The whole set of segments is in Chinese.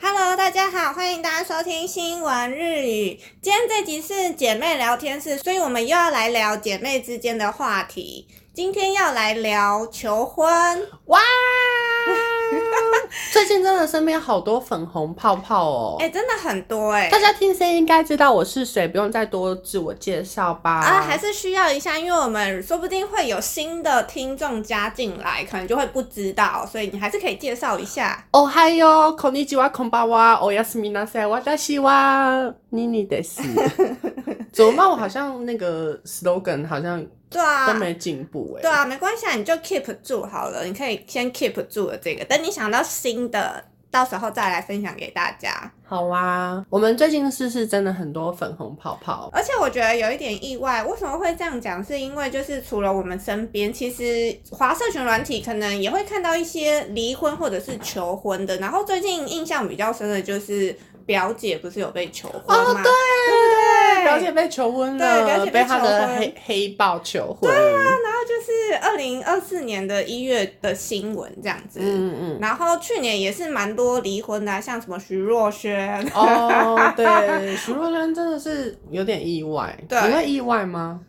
Hello，大家好，欢迎大家收听新闻日语。今天这集是姐妹聊天室，所以我们又要来聊姐妹之间的话题。今天要来聊求婚， 哇！最近真的身边好多粉红泡泡哦。哎、真的很多哎、大家听声音应该知道我是谁，不用再多自我介绍吧？啊，还是需要一下，因为我们说不定会有新的听众加进来，可能就会不知道，所以你还是可以介绍一下。哦嗨哟，こんにちは、こんばんは、哦おやすみなさい、私は妮 妮です。怎么办？我好像那个 slogan 好像对啊，都没进步哎、对啊，没关系啊，你就 keep 住好了，你可以先 keep 住了这个，等你想到新的，到时候再来分享给大家。好啊，我们最近是是真的很多粉红泡泡。而且我觉得有一点意外，为什么会这样讲？是因为就是除了我们身边，其实华社群软体可能也会看到一些离婚或者是求婚的。然后最近印象比较深的就是表姐不是有被求婚哦吗？对对不对？表姐被求婚对表了，姐被被她求的婚啊黑黑豹求婚。然后就是二零二四年的一月的新闻这样子。嗯嗯。然后去年也是蛮多离婚的啊、像什么徐若瑄，哦，对，徐若瑄真的是有点意外。对你会意外 吗？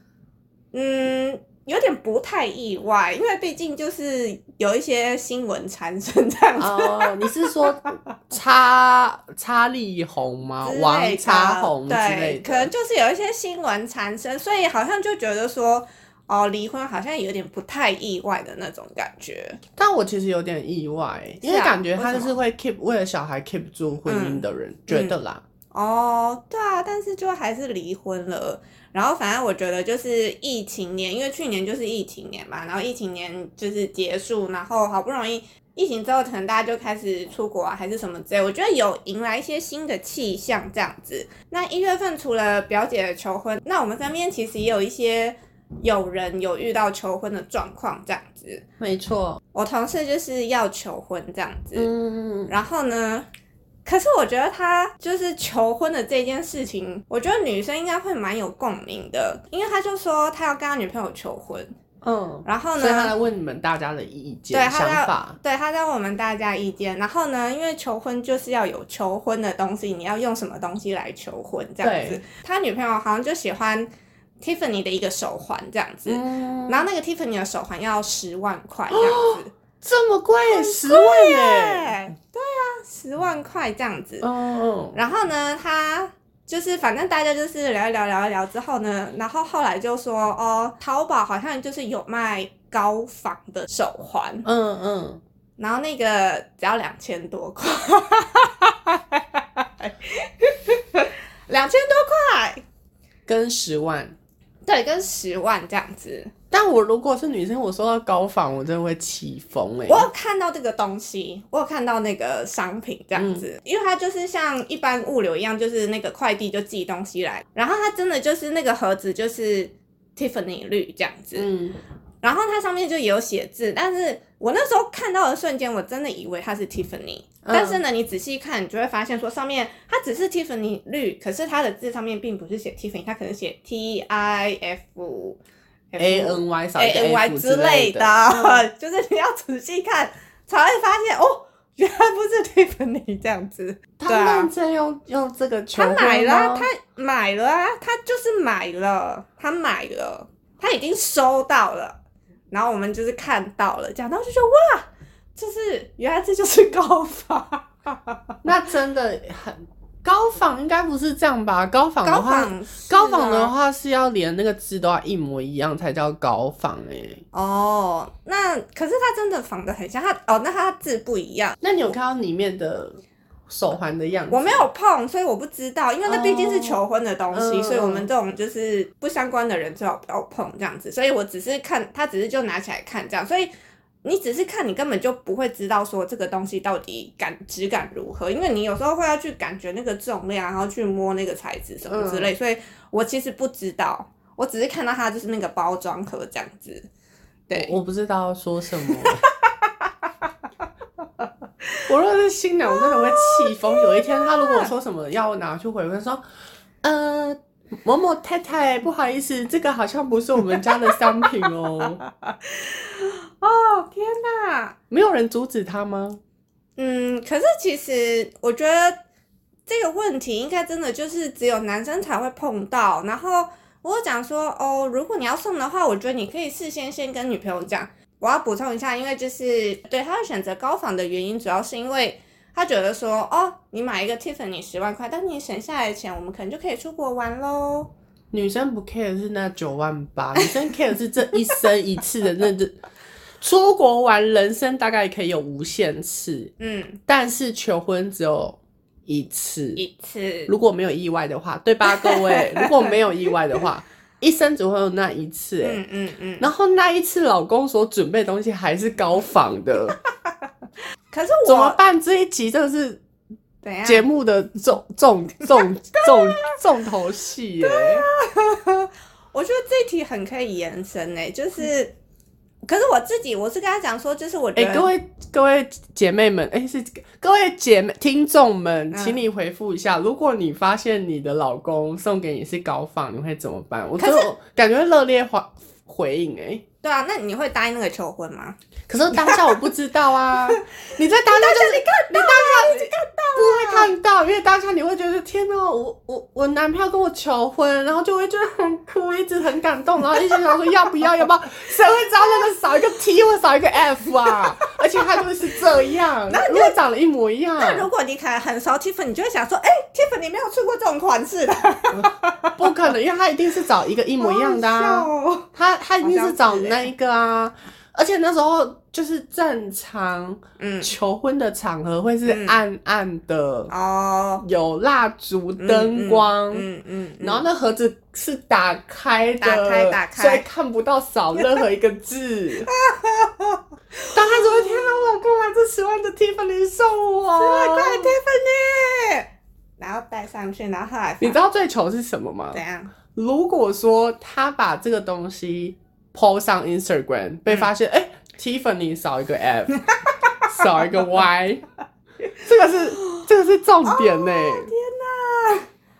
嗯，有点不太意外，因为毕竟就是有一些新闻缠身这样子。哦，你是说 差差力红吗之？类啊王的差红之类对，可能的。就是有一些新闻缠身，所以好像就觉得说，哦，离婚好像有点不太意外的那种感觉。但我其实有点意外，因是为啊感觉他为就什么嗯是会 keep 为了小孩 keep 住婚姻的人，觉得啦。哦，对啊，但是就还是离婚了。然后反正我觉得就是疫情年，因为去年就是疫情年嘛，然后疫情年就是结束，然后好不容易疫情之后，可能大家就开始出国啊，还是什么之类，我觉得有迎来一些新的气象这样子。那一月份除了表姐的求婚，那我们身边其实也有一些有人有遇到求婚的状况这样子。没错，我同事就是要求婚这样子，嗯，然后呢，可是我觉得他就是求婚的这件事情，我觉得女生应该会蛮有共鸣的，因为他就说他要跟他女朋友求婚，嗯，然后所以他来呢。问你们大家的意见、对他想法在。对他在问我们大家意见，然后呢，因为求婚就是要有求婚的东西，你要用什么东西来求婚这样子对。他女朋友好像就喜欢 Tiffany 的一个手环这样子，嗯，然后那个 Tiffany 的手环要十万块这样子，这么贵，十万耶！对对啊，十万块这样子。嗯，然后呢，他就是反正大家就是聊一聊聊一聊之后呢，然后后来就说哦，淘宝好像就是有卖高仿的手环，嗯嗯，然后那个只要两千多块， 两千多块，跟十万。对，跟十万这样子。但我如果是女生，我收到高仿，我真的会气疯哎、我有看到这个东西，我有看到那个商品这样嗯子，因为它就是像一般物流一样，就是那个快递就寄东西来，然后它真的就是那个盒子就是 Tiffany 绿这样子，嗯，然后它上面就有写字，但是我那时候看到的瞬间，我真的以为它是 Tiffany，、嗯但是呢，你仔细看，你就会发现说上面它只是 Tiffany 绿，可是它的字上面并不是写 Tiffany，它可能写 T I F E， A N Y 少一嗯 A 个 N Y F 哎之类类的，嗯的， 就是你要仔细看才会发现哦，原来不是 Tiffany 这样子。对他啊认真用用这个求他婚买了啊，吗他买了啊，他就是买了，他买了，他已经收到了。然后我们就是看到了，讲到就说哇，就是原来这就是高仿，那真的很高仿，应该不是这样吧？高仿的高话，仿是高仿的啊话是要连那个字都要一模一样才叫高仿哎、哦，那可是他真的仿的很像，他哦，那他字不一样。那你有看到里面的手环的样子？我没有碰，所以我不知道，因为那哦毕竟是求婚的东西，嗯所以我们这种就是不相关的人最好不要碰这样子。所以我只是看，他只是就拿起来看这样，所以你只是看，你根本就不会知道说这个东西到底感质感如何，因为你有时候会要去感觉那个重量，然后去摸那个材质什么之类，所以我其实不知道，我只是看到它就是那个包装盒这样子。对，我不知道要说什么。我若是新娘，我真的会气疯。有一天，她如果说什么要拿去回温，说，呃，某某太太，不好意思，这个好像不是我们家的商品哦。哦天哪，没有人阻止她吗？嗯，可是其实我觉得这个问题应该真的就是只有男生才会碰到。然后我有讲说，哦，如果你要送的话，我觉得你可以事先先跟女朋友讲。我要补充一下，因为就是对他会选择高仿的原因，主要是因为他觉得说，哦，你买一个 Tiffany 十万块，但你省下来的钱，我们可能就可以出国玩喽。女生不 care 是那九万八，女生 care 是这一生一次的那这出国玩，人生大概可以有无限次，嗯，但是求婚只有一次。一次，如果没有意外的话，对吧，各 位？如果没有意外的话，一生只会有那一次、欸，嗯嗯嗯。然后那一次老公所准备的东西还是高仿的，可是怎么我办？这一集真的是怎样？节目的重重重重重头戏欸耶、我觉得这题很可以延伸呢、就是，可是我自己我是跟他讲说，就是我觉哎、得，嗯各位各位姐妹们，哎、是各位姐妹听众们，嗯请你回复一下，如果你发现你的老公送给你是高仿，你会怎么办？我可就是感觉热烈回回应哎、对啊，那你会答应那个求婚吗？可是当下我不知道啊， 你在当下哦就是你看到、你当下你看到、不会看啊到，因为当下你会觉得天哪，我我我男朋友跟我求婚，然后就会觉得很哭，一直很感动，然后一直想说要不要要不要，谁会知道那个少一个 T 或少一个 F 啊？ 而且他就是这样，如果长得一模一样，那如果你可能很熟 Tiffany，你就会想说，哎、t i f f a n y 没有出过这种款式 的，不可能，因为他一定是找一个一模一样的啊。好好笑哦他他一定是找好像是欸那一个啊，而且那时候就是正常嗯，求婚的场合会是嗯暗暗的，哦，有蜡烛、嗯嗯灯光，嗯嗯，嗯然后那盒子是打开的，打开打开所以看不到少任何一个 字。当他说：“天哪，我老公把这十万的 Tiffany 送我，十万块啊 Tiffany，然后戴上去，然后后来你知道最糗是什么吗怎？样？如果说他把这个东西 PO 上 Instagram，被嗯发现，哎、t i f f a n y 少一个 F，少一个 Y，这个是这个是重点欸呢、哦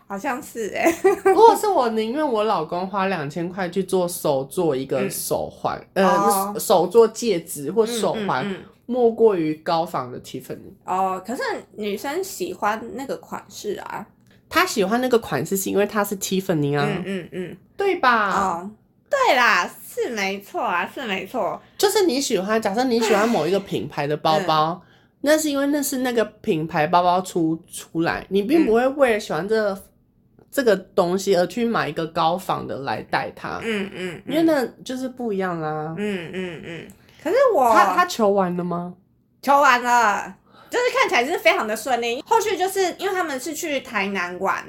好像是哎、 如果是我，宁愿我老公花两千块去做手做一个手环，嗯哦呃，手做戒指或嗯手环，嗯嗯莫过于高仿的 Tiffany。哦，可是女生喜欢那个款式啊，他喜欢那个款式是因为它是 Tiffany 啊，嗯嗯嗯，对吧？哦，对啦，是没错啊，是没错，就是你喜欢，假设你喜欢某一个品牌的包嗯包，那是因为那是那个品牌包包出出来，你并不会为了喜欢这个这个东西而去买一个高仿的来戴它，嗯嗯，因为那就是不一样啦。嗯嗯嗯，可是我他他求完了吗？求完了，就是看起来是非常的顺利。后续就是因为他们是去台南玩，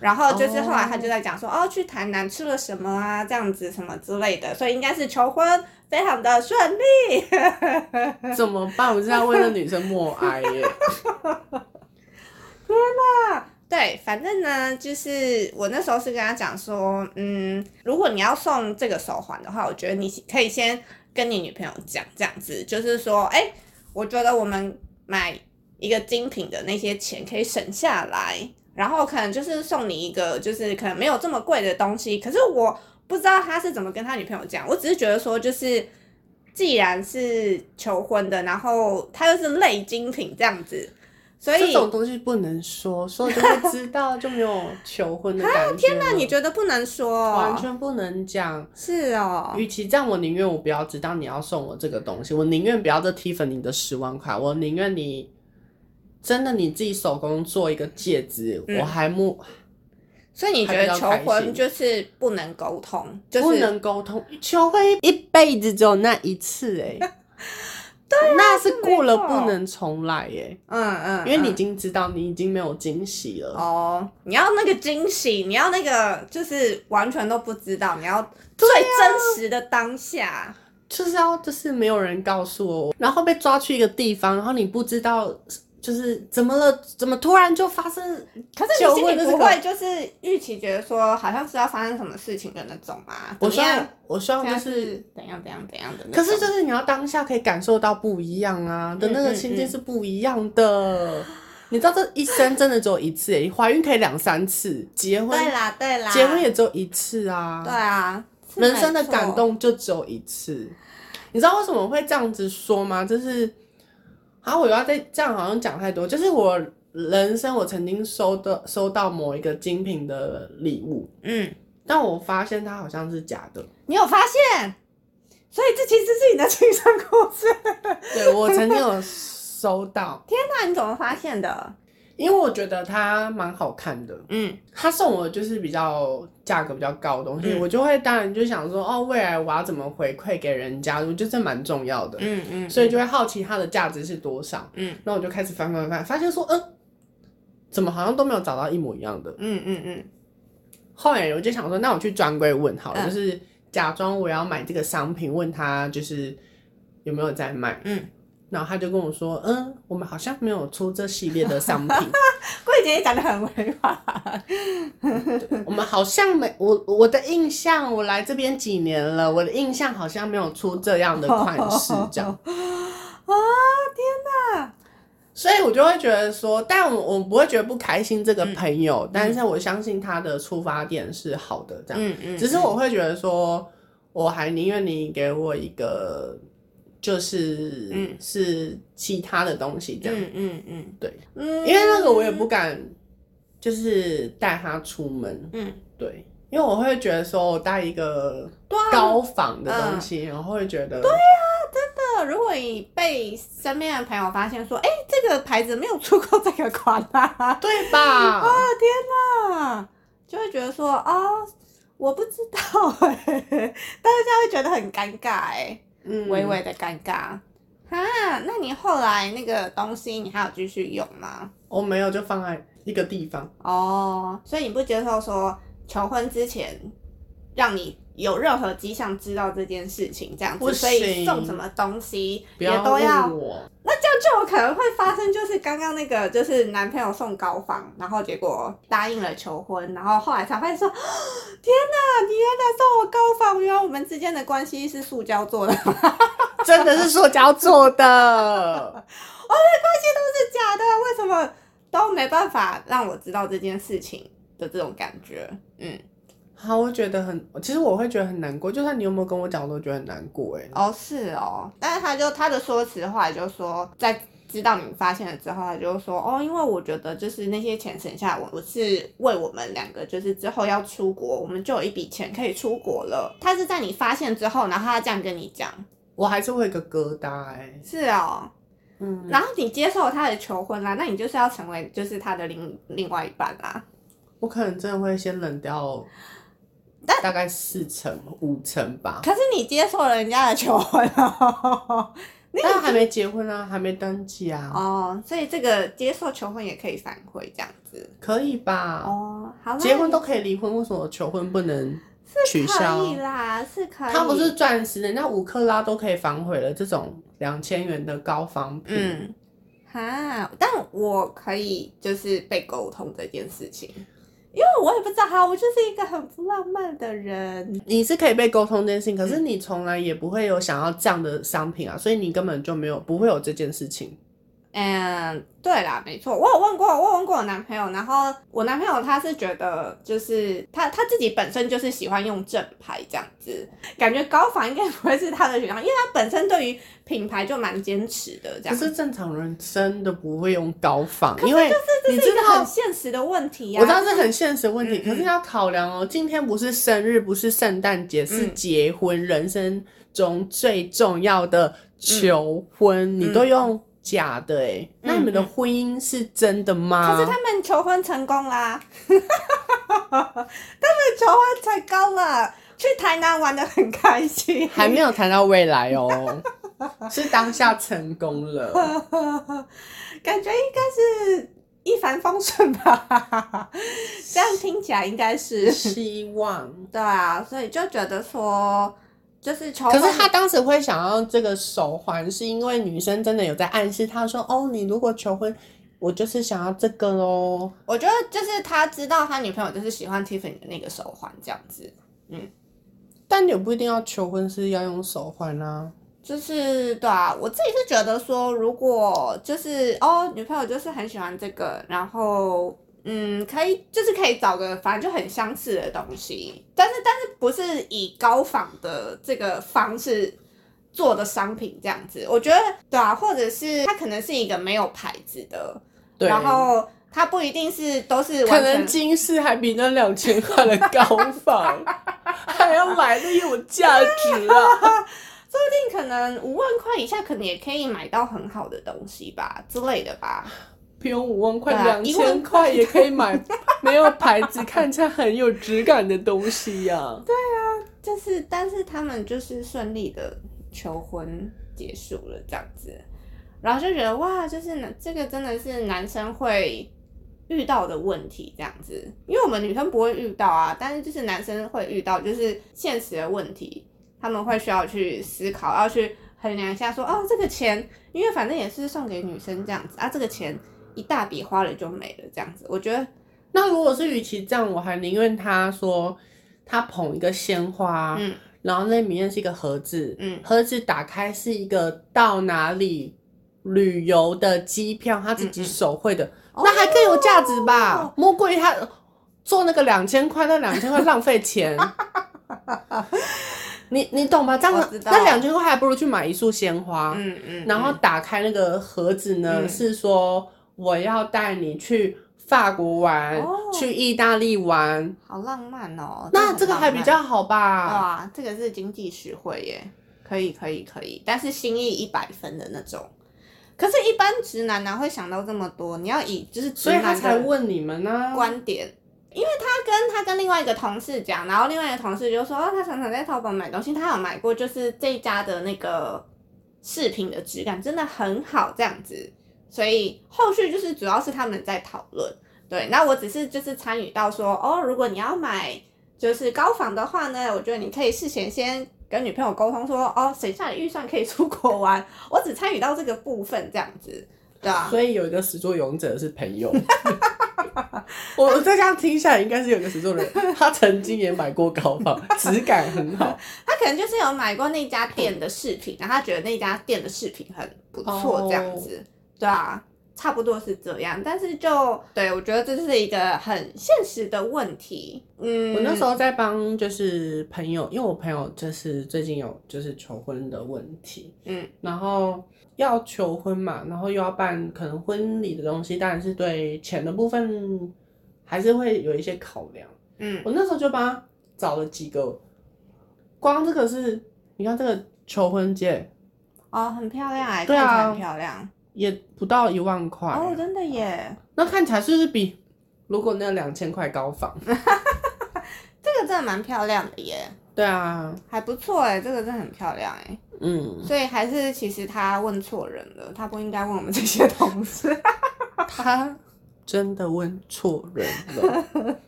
然后就是后来他就在讲说，哦去台南吃了什么啊，这样子什么之类的，所以应该是求婚非常的顺利。 怎么办？我是在为那女生默哀耶。对，反正呢，就是我那时候是跟他讲说，嗯，如果你要送这个手环的话，我觉得你可以先跟你女朋友讲，这样子就是说，哎、我觉得我们买一个精品的那些钱可以省下来，然后可能就是送你一个，就是可能没有这么贵的东西。可是我不知道他是怎么跟他女朋友讲，我只是觉得说，就是既然是求婚的，然后他又是类精品这样子， 所以这种东西不能说，说了就会知道，就没有求婚的感觉。天啊那你觉得不能说？哦完全不能讲。是哦，与其这样，我宁愿我不要知道你要送我这个东西，我宁愿不要这 Tiffany 的十万块，我宁愿你真的你自己手工做一个戒指，嗯我还不所以你觉还得比求较开婚心就是不能沟通，就是不能沟通。求婚一辈子只有那一次、 欸，哎，那是过了是啊没错不能重来、欸，嗯嗯，因为你已嗯经知道你已经没有惊喜了。哦，你要那个惊喜，你要那个就是完全都不知道，你要最真实的当下，就是要就是没有人告诉我，然后被抓去一个地方，然后你不知道就是怎么了，怎么突然就发生可是纠你心纷里的这不个会就是预期觉得说好像是要发生什么事情的那种嘛？我怎希么望样？我希望现就在是是。怎样怎样怎样的那可种？是就是你要当下可以感受到不一样啊的那个情境嗯嗯是不一样的，你知道这一生真的只有一次、欸，怀孕可以两三次，结婚对啦对啦，结婚也只有一次啊，对啊，是人生的没错感动就只有一次。你知道为什么我会这样子说吗？就是，啊，我又要再这样，好像讲太多。就是我人生，我曾经收的收到某一个精品的礼物，嗯，但我发现它好像是假的。你有发现？所以这其实是你的亲身故事。对我曾经有收到， 那你怎么发现的？因为我觉得它蛮好看的。嗯，他送我就是比较价格比较高的东西，嗯我就会当然就想说，哦，未来我要怎么回馈给人家，我觉得这蛮重要的。嗯嗯，所以就会好奇它的价值是多少。嗯，那我就开始翻翻翻，发现说，嗯，怎么好像都没有找到一模一样的。嗯嗯嗯后来我就想说，那我去专柜问好了，嗯就是假装我要买这个商品，问他就是有没有在卖。嗯，然后他就跟我说，嗯，我们好像没有出这系列的商品， 桂姐也讲的很委婉。我们好像没我我的印象，我来这边几年了，我的印象好像没有出这样的款式这样。 啊，天哪！所以我就会觉得说，但我我不会觉得不开心这个嗯朋友，但是我相信他的出发点是好的，这样。嗯嗯，只是我会觉得说，我还宁愿你给我一个，就是、嗯是其他的东西这样，嗯嗯嗯对，嗯，因为那个我也不敢，就是带他出门，嗯对，因为我会觉得说我带一个对啊高仿的东嗯西，然后会觉得对那如果你被身边的朋友发现说，哎、这个牌子没有出过这个款啊，对吧？啊，就会觉得说，哦，我不知道哎、但是这样会觉得很尴尬哎、嗯微微的尴尬。啊，那你后来那个东西你还有继续用吗？我没有就放在一个地方。哦，所以你不接受说求婚之前让你有任何迹象知道这件事情这样不子，所以行送什么东西不也要都要问我，那这样就有可能会发生，就是刚刚那个，就是男朋友送高仿，然后结果答应了求婚，然后后来才发现说，哦天哪，你原来送我高仿，原来我们之间的关系是塑胶做的，关系真的是塑胶做的。 都是假的，为什么都没办法让我知道这件事情的这种感觉？嗯，好，我觉得很，其实我会觉得很难过。就算你有没有跟我讲，我都觉得很难过。哎，哦是哦，但是他就他的说辞后来就说，在知道你发现了之后，他就说，哦，因为我觉得就是那些钱省下来，我我是为我们两个就是之后要出国，我们就有一笔钱可以出国了。他是在你发现之后，然后他这样跟你讲，我还是会有一个疙瘩。哎，是哦，嗯，然后你接受了他的求婚啦，那你就是要成为就是他的另另外一半啦。我可能真的会先冷掉，大概四成五成 吧。可是你接受了人家的求婚哦，但还没结婚啊，还没登记啊，哦，所以这个接受求婚也可以反悔这样子。可以吧？哦，好啦，结婚都可以离婚，为什么求婚不能取消可？以啦，是可以。它不是钻石，人家五克拉都可以反悔了，这种两千元的高仿品，嗯，哈，但我可以就是被沟通这件事情，因为我也不知道哈，我就是一个很不浪漫的人。你是可以被沟通这件事情，可嗯是你从来也不会有想要这样的商品啊，所以你根本就没有不会有这件事情。嗯，对啦，没错，我有问过，我有问过我男朋友，然后我男朋友他是觉得，就是他他自己本身就是喜欢用正牌这样子，感觉高仿应该不会是他的选项，因为他本身对于品牌就蛮坚持的这可样。是正常人真的不会用高仿，是因为这你是一知个道很，现实的问题呀、我知道这很现实的问题，嗯嗯可是要考量哦，今天不是生日，不是圣诞节，是嗯结婚，人生中最重要的求嗯婚，你都用假的哎、那你们的婚姻是真的吗？可是他们求婚成功啦， 他们求婚成功了，去台南玩的很开心。还没有谈到未来 哦，是当下成功了。感觉应该是一帆风顺 吧，这样听起来应该是希望对啊，所以就觉得说，就是求 可婚，是他当时会想要这个手环，是因为女生真的有在暗示他说：“哦，你如果求婚，我就是想要这个喽。我觉得就是他知道他女朋友就是喜欢 Tiffany 的那个手环这样子，”但也不一定要求婚是要用手环啊。就是对啊，我自己是觉得说，如果就是哦，女朋友就是很喜欢这个，然后嗯，可以就是可以找个反正就很相似的东西，但是但是不是以高仿的这个方式做的商品这样子，我觉得对啊，或者是它可能是一个没有牌子的，对，然后它不一定是都是可完能全金饰还比那两千块的高 仿还要买，那有价值 啊！尽可能五万块以下，可能也可以买到很好的东西吧之类的吧。不用五万块，对啊两千块也可以买没有牌子、看起来很有质感的东西呀、就是，但是他们就是顺利的求婚结束了这样子，然后就觉得哇，就是男这个真的是男生会遇到的问题这样子，因为我们女生不会遇到啊，但是就是男生会遇到，就是现实的问题，他们会需要去思考，要去衡量一下说哦，这个钱，因为反正也是送给女生这样子啊，这个钱一大笔花了就没了这样子，我觉得那如果是与其这样，我还宁愿他说他捧一个鲜花，嗯然后那里面是一个盒子，嗯盒子打开是一个到哪里旅游的机票，他自己手绘的，那还更有价值吧嗯哦？莫过于他做那个两千块，那两千块浪费 钱。你你懂吧？这我样知道那两千块还不如去买一束鲜花。嗯嗯，然后嗯打开那个盒子呢，嗯是说我要带你去法国玩，哦去意大利玩，好浪漫哦，那很这个还浪比漫较好吧？哇，这个是经济实惠耶，可以可以可以，但是心意一百分的那种。可是，一般直男哪会想到这么多？你要以就是直所以他男才的问你们呢、观点，因为他跟他跟另外一个同事讲，然后另外一个同事就说，哦，他常常在淘宝买东西，他有买过就是这一家的那个饰品的质感真的很好，这样子。所以后续就是主要是他们在讨论，对，那我只是就是参与到说，哦，如果你要买就是高仿的话呢，我觉得你可以事前先跟女朋友沟通说，哦，省下的预算可以出国玩，我只参与到这个部分这样子，对 啊，所以有一个始作俑者是 朋友。我我这样听下来，应该是有个始作俑者，他曾经也买过高 仿，质感很好，他可能就是有买过那家店的饰品，然后他觉得那家店的饰品很不错，哦这样子对啊，差不多是这样。但是就对我觉得这是一个很现实的问题。嗯，我那时候在帮就是朋友，因为我朋友就是最近有就是求婚的问题，嗯，然后要求婚嘛，然后又要办可能婚礼的东西，当然是对钱的部分还是会有一些考量。嗯我那时候就帮他找了几个，光这个是你看这个求婚戒哦，很漂亮哎、对啊看起来很漂亮也不到一万块，哦，真的耶，那看起来是不是比如果那两千块高仿？这个真的蛮漂亮的耶，对啊，还不错哎、这个真的很漂亮哎、嗯，所以还是其实他问错人了，他不应该问我们这些同事。 他真的问错人了。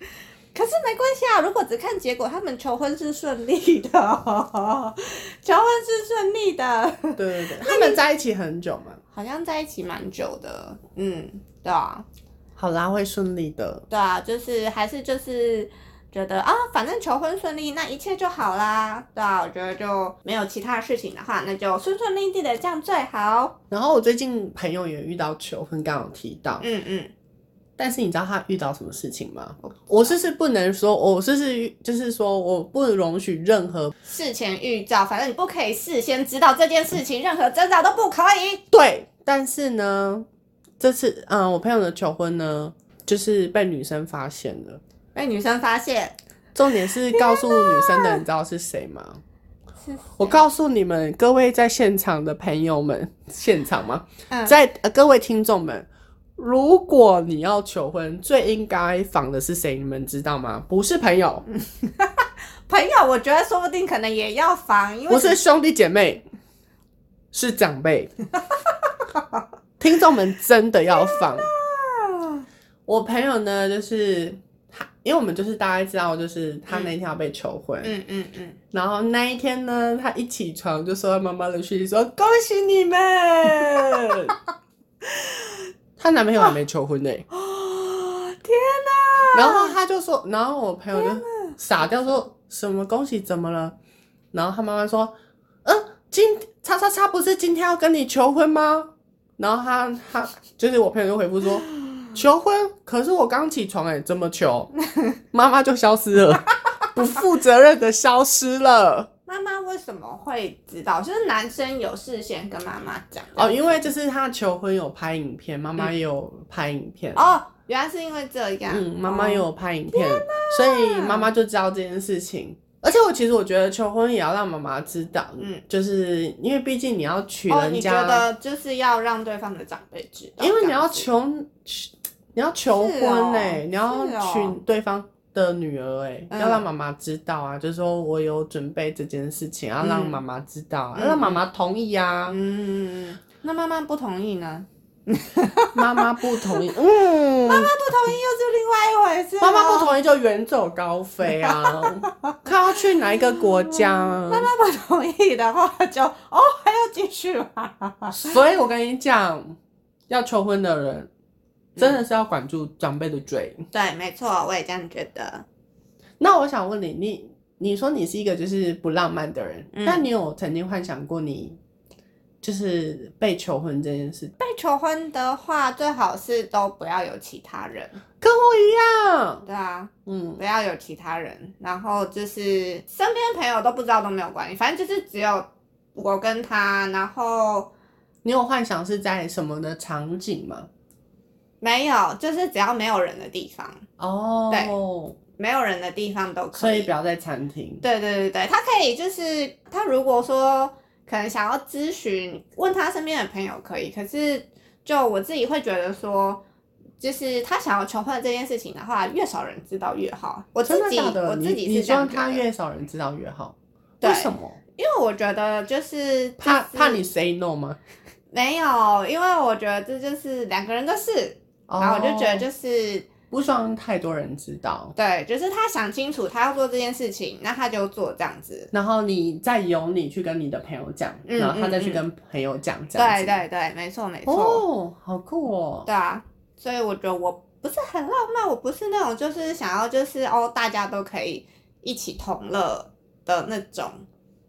可是没关系啊，如果只看结果，他们求婚是顺利的 哦，求婚是顺利的，对对对，他们在一起很久嘛。好像在一起蛮久的，嗯，对啊，好啦，会顺利的。对啊，就是还是就是觉得啊，反正求婚顺利，那一切就好啦，对啊，我觉得就没有其他事情的话，那就顺顺利利的这样最好，然后我最近朋友也遇到求婚，刚好提到，嗯嗯，但是你知道他遇到什么事情吗我不知？我就是不能说，我就是就是说我不容许任何事前预兆，反正你不可以事先知道这件事情，任何征兆都不可以，对，但是呢，这次嗯、我朋友的求婚呢，就是被女生发现了。被哎女生发现，重点是告诉女生的，你知道是谁吗？是我告诉你们，各位在现场的朋 友们，现场吗？嗯在、呃、各位听众们，如果你要求婚，最应该防的是谁？你们知道吗？不是朋友，朋友，我觉得说不定可能也要防，因为不是兄弟姐妹，是 长辈。听众们真的要防。我朋友呢，就是他，因为我们就是大概知道，就是他那天要被求婚，嗯嗯嗯，然后那一天呢，他一起床就收到妈妈的讯息说恭喜 你们。她男朋友还没求婚呢、哦，天哪！然后她就说，然后我朋友就傻掉说什么恭喜怎么了？然后她妈妈说，嗯，今叉叉叉不是今天要跟你求婚吗？然后她她就是我朋友就回复说求婚，可是我刚起床哎、怎么求？妈妈就消失了， 不负责任的消失了。妈妈为什么会知道？就是男生有事先跟妈妈讲哦，因为就是他求婚有拍影片，妈妈也有拍影片。哦，原来是因为这样。嗯，妈妈哦也有拍影片，所以妈妈就知道这件事情。而且我其实我觉得求婚也要让妈妈知道，嗯嗯，就是因为毕竟你要娶哦，人你觉家，得就是要让对方的长辈知道，因为你要这样子求娶你要求婚是哦呢、你要是哦娶对方的女儿哎、嗯要让妈妈知道啊，就是说我有准备这件事情，要让嗯妈妈知道啊，嗯要让妈妈同意啊，嗯，那妈妈不同意呢？妈妈不同意，嗯，不同意又是另外一回事。哦妈妈不，同意就远走高飞 啊！看要去哪一个国家。妈妈不同意的话就哦还要继续吗？所以我跟你讲，要求婚的人真的是要管住长辈的嘴。对，没错，我也这样觉得。那我想问你，你你说你是一个就是不浪漫的人，嗯那你有曾经幻想过你就是被求婚这件事？被求婚的话，最好是都不要有其他人。跟我一样，对啊，嗯，不要有其他人，然后就是身边朋友都不知道都没有关系，反正就是只有我跟他，然后你有幻想是在什么的场景吗？没有，就是只要没有人的地方，哦，没有人的地方都所可以不要在餐厅。对对对对，他可以就是他如果说可能想要咨询，问他身边的朋友可以，可是就我自己会觉得说，就是他想要求婚这件事情的话，越少人知道越好。我自真的己假的？我你自己你是这希望样觉他得，越少人知道越好。对为什么？因为我觉得就是怕就是怕你 say no 吗？没有，因为我觉得这就是两个人的事，然后我就觉得哦就是。不希望太多人知道。对，就是他想清楚他要做这件事情，那他就做这样子。然后你再由你去跟你的朋友讲，嗯然后他再去嗯嗯跟朋友讲，这样对子。对对，没错没错。哦，好酷哦！对啊，所以我觉得我不是很浪漫，我不是那种就是想要就是哦大家都可以一起同乐的那种。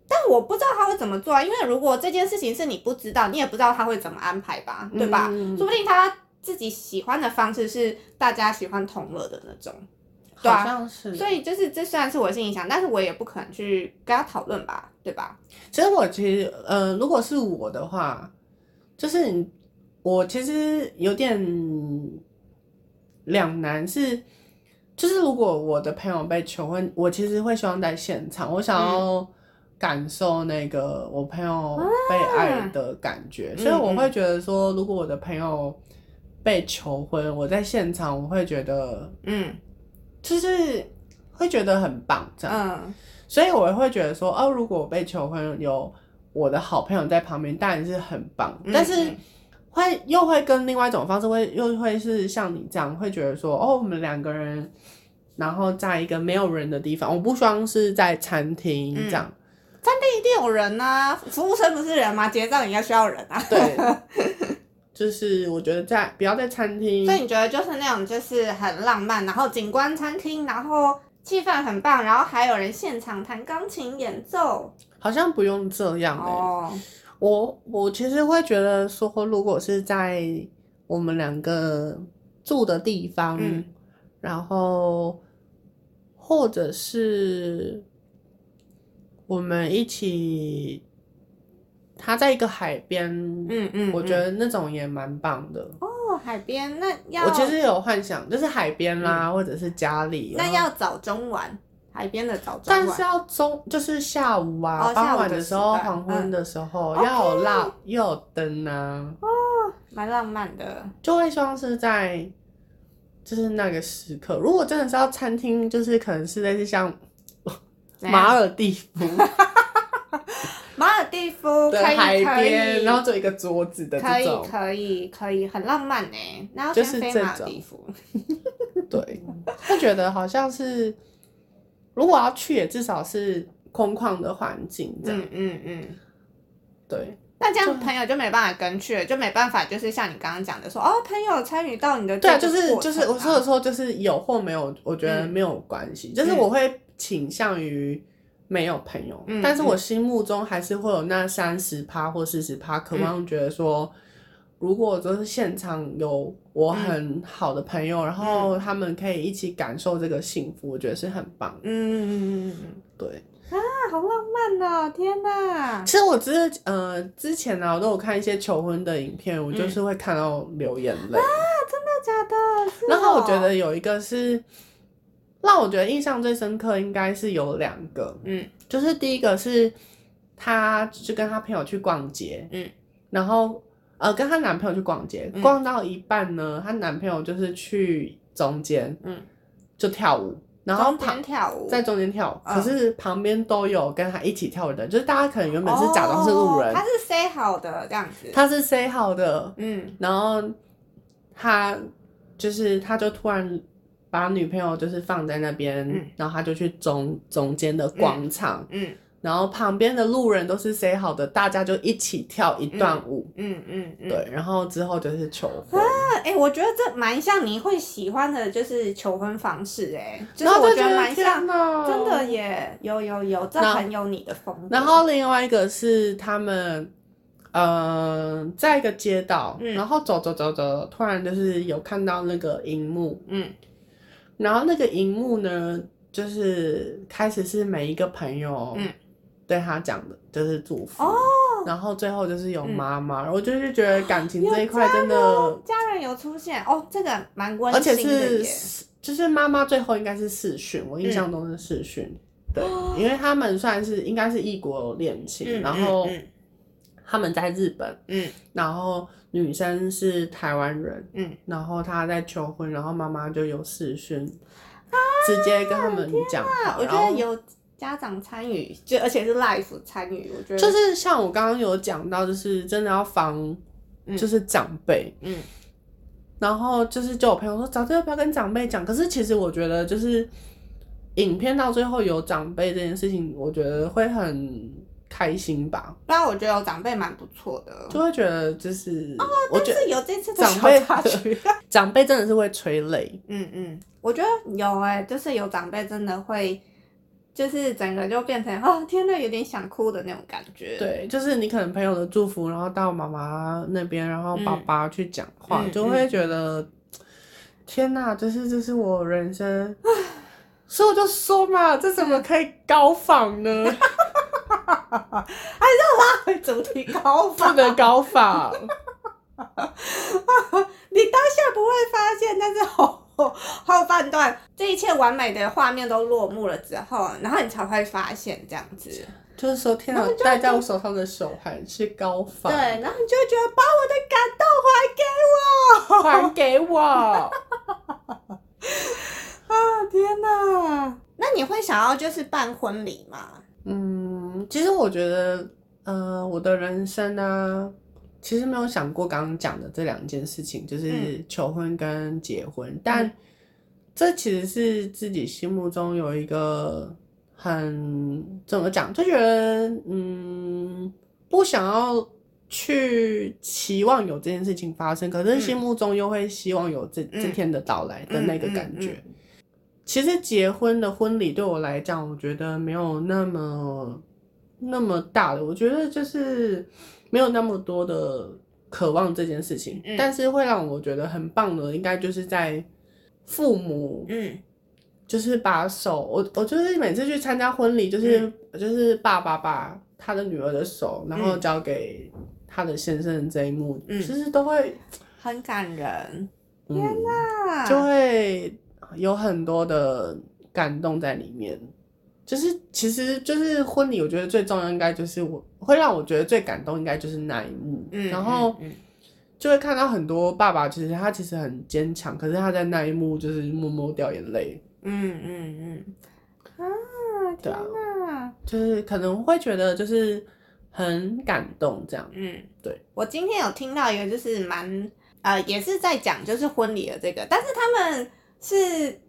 但我不知道他会怎么做啊，因为如果这件事情是你不知道，你也不知道他会怎么安排吧，对吧？嗯说不定他自己喜欢的方式是大家喜欢同乐的那种。对啊好像是。所以就是这虽然是我的心里想，但是我也不可能去跟他讨论吧，对吧？其实我其实，呃，如果是我的话，就是你我其实有点两难是，就是如果我的朋友被求婚，我其实会希望在现场，我想要感受那个我朋友被爱的感觉，嗯所以我会觉得说，如果我的朋友被求婚，我在现场，我会觉得嗯就是会觉得很棒这样。嗯所以我会觉得说，哦，如果我被求婚，有我的好朋友在旁边，当然是很棒。嗯但是会又会跟另外一种方式，会又会是像你这样，会觉得说，哦，我们两个人，然后在一个没有人的地方，我不希望是在餐厅嗯这 样。一定有人呐、服务生不是人吗？结账也要需要人啊。对， 就是我觉得在不要在餐厅所，以你觉得就是那种就是很浪漫，然后景观餐厅，然后气氛很棒，然后还有人现场弹钢琴演奏。好像不用这样哎、哦，我我其实会觉得说，如果是在我们两个住的地方，嗯然后或者是我们一起，他在一个海边，嗯嗯，我觉得那种也蛮棒的。哦，海边那要嗯我其实有幻想，就是海边啦，或者是家里，那然后要早中晚，海边的早中但晚。是啊要中，就是下午啊，哦下傍午晚的的时时候，段黄昏嗯的时候，要有蜡，要有灯啊。蛮浪漫的，就会希望是在就是那个时刻。如果真的是要餐厅，就是可能是类似像怎样马尔 蒂夫马尔蒂夫的可以海可边，以然后就一个桌子的可这以种，可以可以很浪漫呢。那要就先是飞这马尔种蒂夫，对，我觉觉得好像是，如果要去，也至少是空旷的环境这样。嗯嗯嗯。对，那这样朋友就没办法跟去了，就没办法，就是像你刚刚讲的说，哦，朋友参与到你的对啊，这就个是过就程是我说的啊，时候，就是有或没有，我觉得嗯没有关系。就是我会倾向于没有朋友，嗯但是我心目中还是会有那三十趴或四十趴，嗯渴望觉得说，如果就是现场有嗯我很好的朋友，然后他们可以一起感受这个幸福，我觉得是很棒的。嗯嗯嗯嗯嗯，对，啊，好浪漫哦，天哪！其实我只是呃之前呢、我都有看一些求婚的影片，嗯我就是会看到流眼泪。真的假的？是然后我觉哦，得有一个是让我觉得印象最深刻，应该是有两个，嗯就是第一个是她就跟她朋友去逛街，嗯，然后呃跟她男朋友去逛街，嗯逛到一半呢，她男朋友就是去中间嗯，就跳舞，然后中旁间跳舞，在中间跳舞，嗯可是旁边都有跟她一起跳舞的人，就是大家可能原本是假装是路人哦，他是 say 好的这样子，她是 say 好的，嗯然后他就是他就突然把女朋友就是放在那边，嗯然后他就去中中间的广场，嗯然后旁边的路人都是 say 好的，大家就一起跳一段舞，嗯嗯嗯，对，然后之后就是求婚，哎、我觉得这蛮像你会喜欢的，就是求婚方式、哎，就然是后我就觉得蛮天像，哪真的。耶，有有有，这然后很有你的风格。然后另外一个是他们。呃，在一个街道，嗯然后走走走走，突然就是有看到那个荧幕，嗯然后那个荧幕呢，就是开始是每一个朋友，嗯对他讲的就是祝福，哦，然后最后就是有嗯妈妈，我就是觉得感情这一块有家真的，哦家人有出现哦，这个蛮温而且馨的耶。是就是妈妈最后应该是试训，我印嗯象中是试训，对，因为他们算是应该是异国恋哦情，嗯然后嗯他们在日本，嗯然后女生是台湾人，嗯，然后她在求婚，然后妈妈就有视讯，直接跟他们讲那话，啊我觉然后得有家长参与，就而且是 live 参与，我觉得就是像我刚刚有讲到，就是真的要防，嗯就是长辈，嗯然后就是就有朋友说早知道不要跟长辈讲，可是其实我觉得就是影片到最后有长辈这件事情，我觉得会很开心吧，对啊，我觉得有长辈蛮不错的，就会觉得就是，我觉哦但得是有这次的长小辈插曲。长辈真的是会催泪。 嗯嗯，我觉得有哎、就是有长辈真的会，就是整个就变成哦，天呐，有点想哭的那种感觉。， 对，就是你可能朋友的祝福，然后到妈妈那边，然后爸嗯爸去讲话，嗯就会觉得、天哪，这是这是我人生，所以我就说嘛，这怎么可以高仿呢？主题高 不仿，能高仿，你 当下不会发现，但是后后半段这一切完美的画面都落幕了之后，然后你才会发现这样子。就是说天哪，戴在我手上的手环是高仿，对，，然后你就会觉得把我的感动还给我。还给我。啊天呐，那你会想要就是办婚礼吗？嗯，其实我觉得，呃，我的人生呢、其实没有想过刚刚讲的这两件事情，就是嗯求婚跟结婚，但这其实是自己心目中有一个很怎么讲，就觉得嗯，不想要去期望有这件事情发生，可是嗯心目中又会希望有这、这嗯天的到来的那个嗯嗯感嗯觉。其实结婚的婚礼对我来讲，我觉得没有那么那么大的，我觉得就是没有那么多的渴望这件事情。嗯但是会让我觉得很棒的，应该就是在父母，嗯就是把手，我我就是每次去参加婚礼，就是、嗯就是爸爸把他的女儿的手，然后嗯交给他的先生这一幕，嗯其实都会，很感人嗯，啊，就会呃有很多的感动在里面。就是其实就是婚礼，我觉得最重要应该就是我会让我觉得最感动，应该就是那一幕。嗯，然后嗯嗯就会看到很多爸爸，其实他其实很坚强，可是他在那一幕就是默默掉眼泪。嗯嗯嗯，啊，对啊天哪，就是可能会觉得就是很感动这样。嗯，对，我今天有听到一个就是蛮呃，也是在讲就是婚礼的这个，但是他们是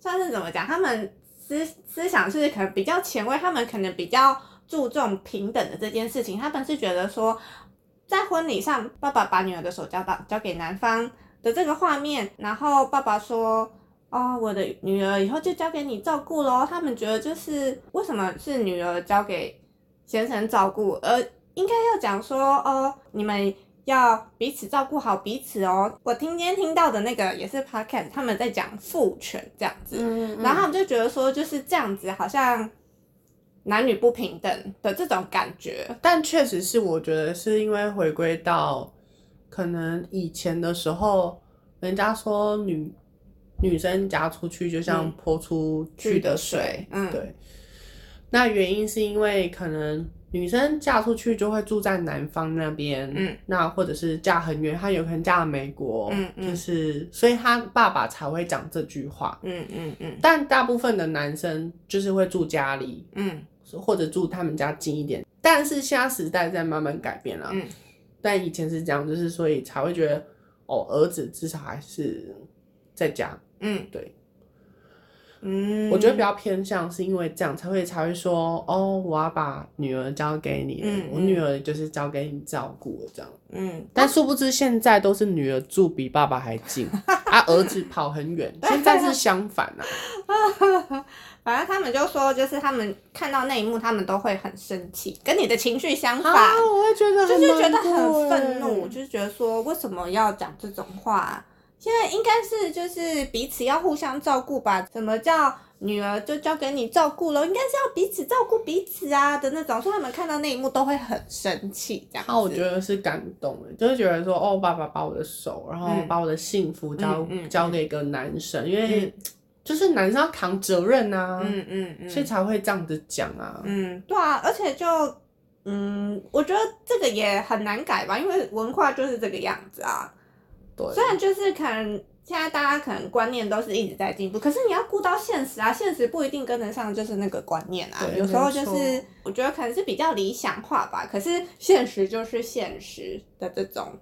算是怎么讲，他们思思想是可能比较前卫，他们可能比较注重平等的这件事情，他们是觉得说，在婚礼上，爸爸把女儿的手交到交给男方的这个画面，然后爸爸说。哦，我的女儿以后就交给你照顾喽。他们觉得就是为什么是女儿交给先生照顾，而应该要讲说哦，你们要彼此照顾好彼此哦。 我今天听到的那个也是 podcast，他们在讲父权这样子，嗯然后他们就觉得说就是这样子，好像男女不平等的这种感觉。但确实是，我觉得是因为回归到可能以前的时候，人家说女女生嫁出去就像嗯泼出去的水，嗯对。那原因是因为可能女生嫁出去就会住在南方那边，嗯，那或者是嫁很远，她有可能嫁美国，嗯嗯就是所以她爸爸才会讲这句话。嗯嗯嗯但大部分的男生就是会住家里，嗯或者住他们家近一点。但是现在时代在慢慢改变了，嗯但以前是这样，就是所以才会觉得哦，儿子至少还是在家。嗯，对，嗯，我觉得比较偏向是因为这样才会才会说哦，我要把女儿交给你，嗯我嗯女儿就是交给你照顾了这样。嗯，但殊不知现在都是女儿住比爸爸还近，啊，儿子跑很远。啊现在是相反啊， 反正他们就说，就是他们看到那一幕，他们都会很生气，跟你的情绪相反，啊，我会觉得就很是觉得难很过愤怒，欸就是觉得说为什么要讲这种话？现在应该是就是彼此要互相照顾吧？怎么叫女儿就交给你照顾了？应该是要彼此照顾彼此啊的那种。所以他们看到那一幕都会很生气，这样子。然后啊我觉得是感动的，就是觉得说，哦，爸爸把我的手，然后嗯把我的幸福交、嗯嗯交给一个男生，嗯因为就是男生要扛责任啊，嗯嗯嗯，所以才会这样子讲啊。嗯，对啊，而且就嗯，我觉得这个也很难改吧，因为文化就是这个样子啊。对，虽然就是可能现在大家可能观念都是一直在进步，可是你要顾到现实啊，现实不一定跟得上就是那个观念啊。对有时候就没是错我觉得可能是比较理想化吧，可是现实就是现实的这种。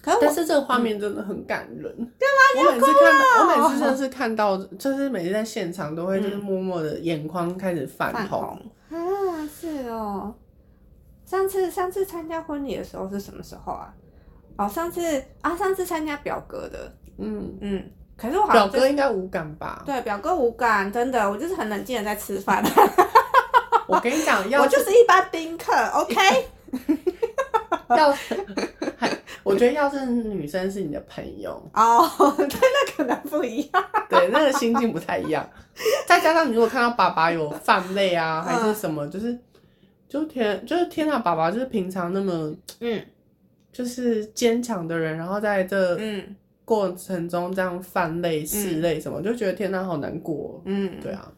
可是我但是这个画嗯面真的很感人。干嘛？我每次看到，我每次 真的是看到，就是每次在现场都会就是嗯默默的眼眶开始泛泛红。红啊，是哦。上次上次参加婚礼的时候是什么时候啊？哦，上次啊，上次参加表哥的，嗯，嗯，可是我好表像就哥应该无感吧？对表哥无感，真的，我就是很冷静的在吃 饭。我跟你讲，要 我就是一般宾客，OK？要， 我觉得要是女生是你的朋友，哦，对，那可能不一样。对，那个心境不太一样。再加上你如果看到爸爸有犯累嗯啊，还是什么，就是就天就是天啊，爸爸就是平常那么 嗯就是坚强的人，然后在这嗯过程中这样犯累、拭泪什么，就觉得天啊好难过。嗯，对。啊，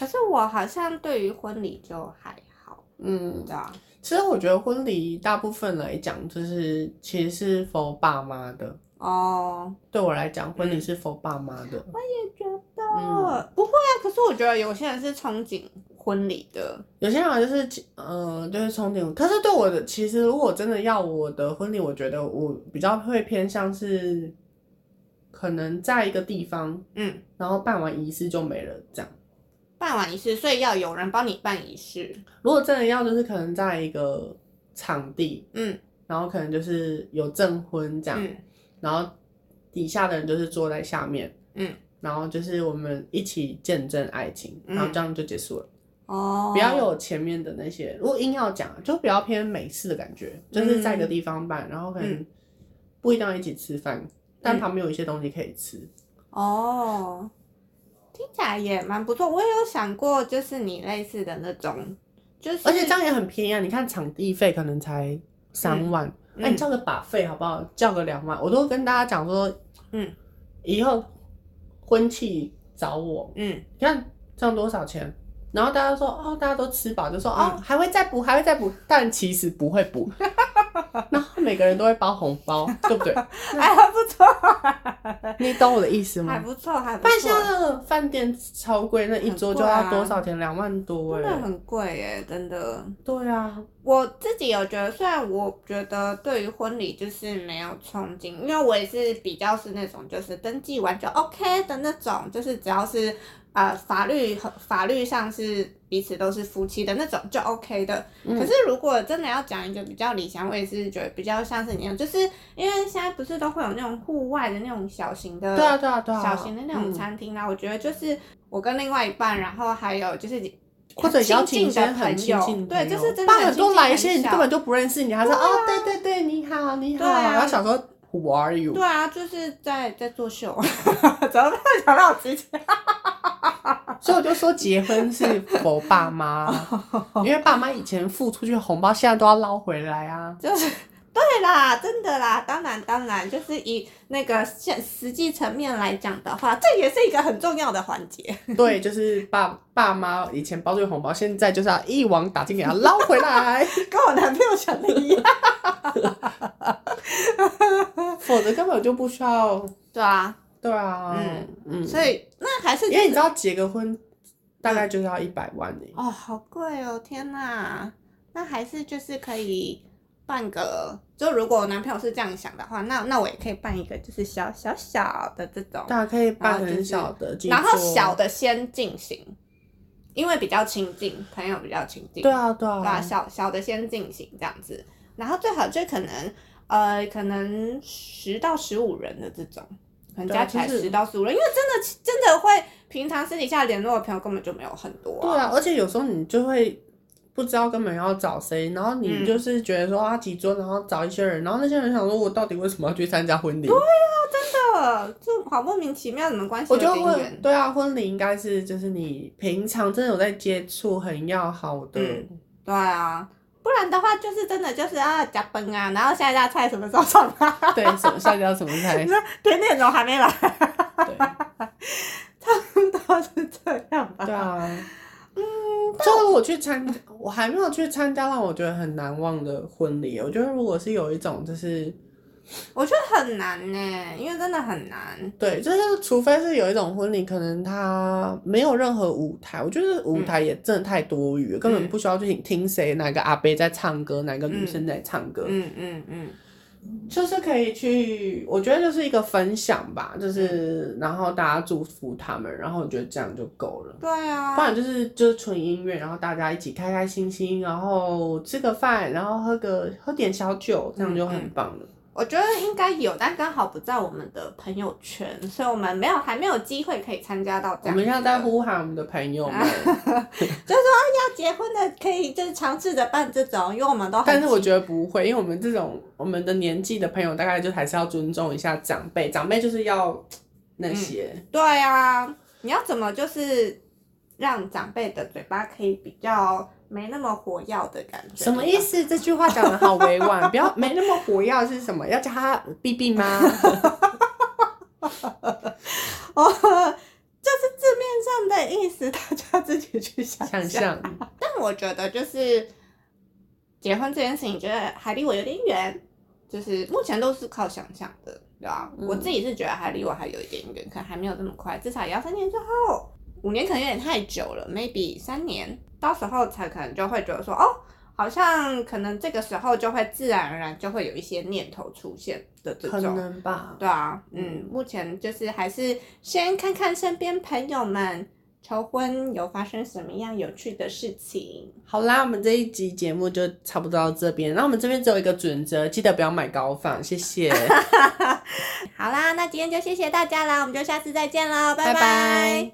可是我好像对于婚礼就还好，啊嗯你知，道其实我觉得婚礼大部分来讲，就是其实是否爸妈的。哦，对我来讲，嗯婚礼是否爸妈的。也觉得、嗯不会啊。可是我觉得有些人是憧憬婚礼的，有些人好像就是，嗯、就是憧憬。可是对我的，其实如果真的要我的婚礼，我觉得我比较会偏向是，可能在一个地方，嗯，然后办完仪式就没了这样。办完仪式，所以要有人帮你办仪式。如果真的要，就是可能在一个场地，嗯然后可能就是有证婚这样，嗯然后底下的人就是坐在下面，嗯，然后就是我们一起见证爱情，嗯然后这样就结束了。哦，比较有前面的那些，如果硬要讲，就比较偏美式的感觉，就是在一个地方办，然后可能嗯不一定要一起吃饭，但嗯旁边有一些东西可以吃。哦，听起来也蛮不错。我也有想过，就是你类似的那种，就是而且这样也很便宜啊！你看场地费可能才三万，嗯哎那、你叫个把费好不好？叫个两万，我都跟大家讲说，嗯，以后婚期找我，嗯你看这样多少钱？然后大家说哦，大家都吃饱，就说嗯哦，还会再补，还会再补，但其实不会补。 然后每个人都会包红包，对不对？哎还不错，你懂我的意思还吗？不错，还不但现在错。那个饭店超贵，那一桌就要多少钱？两万多啊真的哎。很贵耶，真的。对啊，我自己有觉得，虽然我觉得对于婚礼就是没有憧憬，因为我也是比较是那种就是登记完就 OK 的那种，就是只要是呃法律和法律上是彼此都是夫妻的那种就 OK 的。嗯可是如果真的要讲一个比较理想，我也是觉得比较像是你那样，就是因为现在不是都会有那种户外的那种小型的对啊，对啊，对啊。小型的那种嗯餐厅啦、啊我觉得就是我跟另外一半，然后还有就是或者邀亲请一些近的很朋亲近友，的朋对，友就是真的不然很多亲近来一些你小啊根本就不认识你，还说哦，对对对，你好，你好，对啊然后想说 Who are you？对啊，就是在在作 秀，怎么办？想到我直接所以我就说结婚是否爸 妈，因为爸妈以前付出去的红包，现在都要捞回来啊。 就是对啦，真的啦，当然当然，就是以那个现实际层面来讲的话，这也是一个很重要的环节。 对，就是爸爸妈以前包出去的红包，现在就是要一网打尽，给他捞回来， 跟我男朋友想的一样。 否则根本就不需要。对啊，对啊，嗯嗯，所以那还是因为你知道结个婚大概就是要一百万欸诶、哦，好贵哦，天哪！那还是就是可以办个，就如果我男朋友是这样想的话，那那我也可以办一个，就是小小小的这种，大家可以办然啊后就是很小的，然后记住小的先进行，因为比较亲近，朋友比较亲近，对啊，对啊，对吧？小小的先进行这样子，然后最好就可能呃，可能十到十五人的这种。可能对加啊起来就是十到十五人，因为真的真的会平常私底下联络的朋友根本就没有很多、对啊，而且有时候你就会不知道根本要找谁，然后嗯你就是觉得说啊几桌，然后找一些人，然后那些人想说我到底为什么要去参加婚礼？呃，就好莫名其妙，你们关系我有觉得点婚远。对啊，婚礼应该是就是你平常真的有在接触很要好的，嗯对啊，不然的话就是真的就是啊加班啊，然后下一道菜什么时候上啊？ 对什么下家什么菜，甜点怎么还没来？对都是这样吧。对啊。嗯，就我去参，我还没有去参加让我觉得很难忘的婚礼。我觉得如果是有一种就是我觉得很难呢、因为真的很难。对，就是除非是有一种婚礼，可能它没有任何舞台，我觉得嗯舞台也真的太多余了，根本不需要去听谁哪个阿伯在唱歌，哪个女生在唱歌，嗯嗯嗯，就是可以去，我觉得就是一个分享吧，就是、然后大家祝福他们，然后我觉得这样就够了。对啊不。然就是就是纯音乐，然后大家一起开开心心，然后吃个饭，然后喝个喝点小酒，这样就很棒了。我觉得应该有，但刚好不在我们的朋友圈，所以我们没有还没有机会可以参加到这我样。们现在在呼喊我们的朋友 们。要结婚的可以就是尝试着办这种，因为我们都很但是我期觉得不会，因为我们这种我们的年纪的朋友，大概就还是要尊重一下长辈，长辈就是要那些。对啊，你要怎么就是让长辈的嘴巴可以比较没那么火药的感觉？什么意？思？这句话讲的好委婉，不要没那么火药是什么？要叫他呃 B B 吗？哦， 就是字面上的意思，大家自己去想想象。 象，但我觉得就是结婚这件事情，觉得还离我有点远，就是目前都是靠想象的，对吧、嗯我自己是觉得还离我还有一点远，可能还没有这么快，至少也要三年之后，五年可能有点太久了，maybe 三年，到时候才可能就会觉得说，哦，好像可能这个时候就会自然而然就会有一些念头出现的这可种，能吧。对啊，嗯，目前就是还是先看看身边朋友们求婚有发生什么样有趣的事情。好啦，我们这一集节目就差不多到这边。那我们这边只有一个准则，记得不要买高仿，谢谢，好啦，那今天就谢谢大家啦，我们就下次再见喽，拜拜拜拜。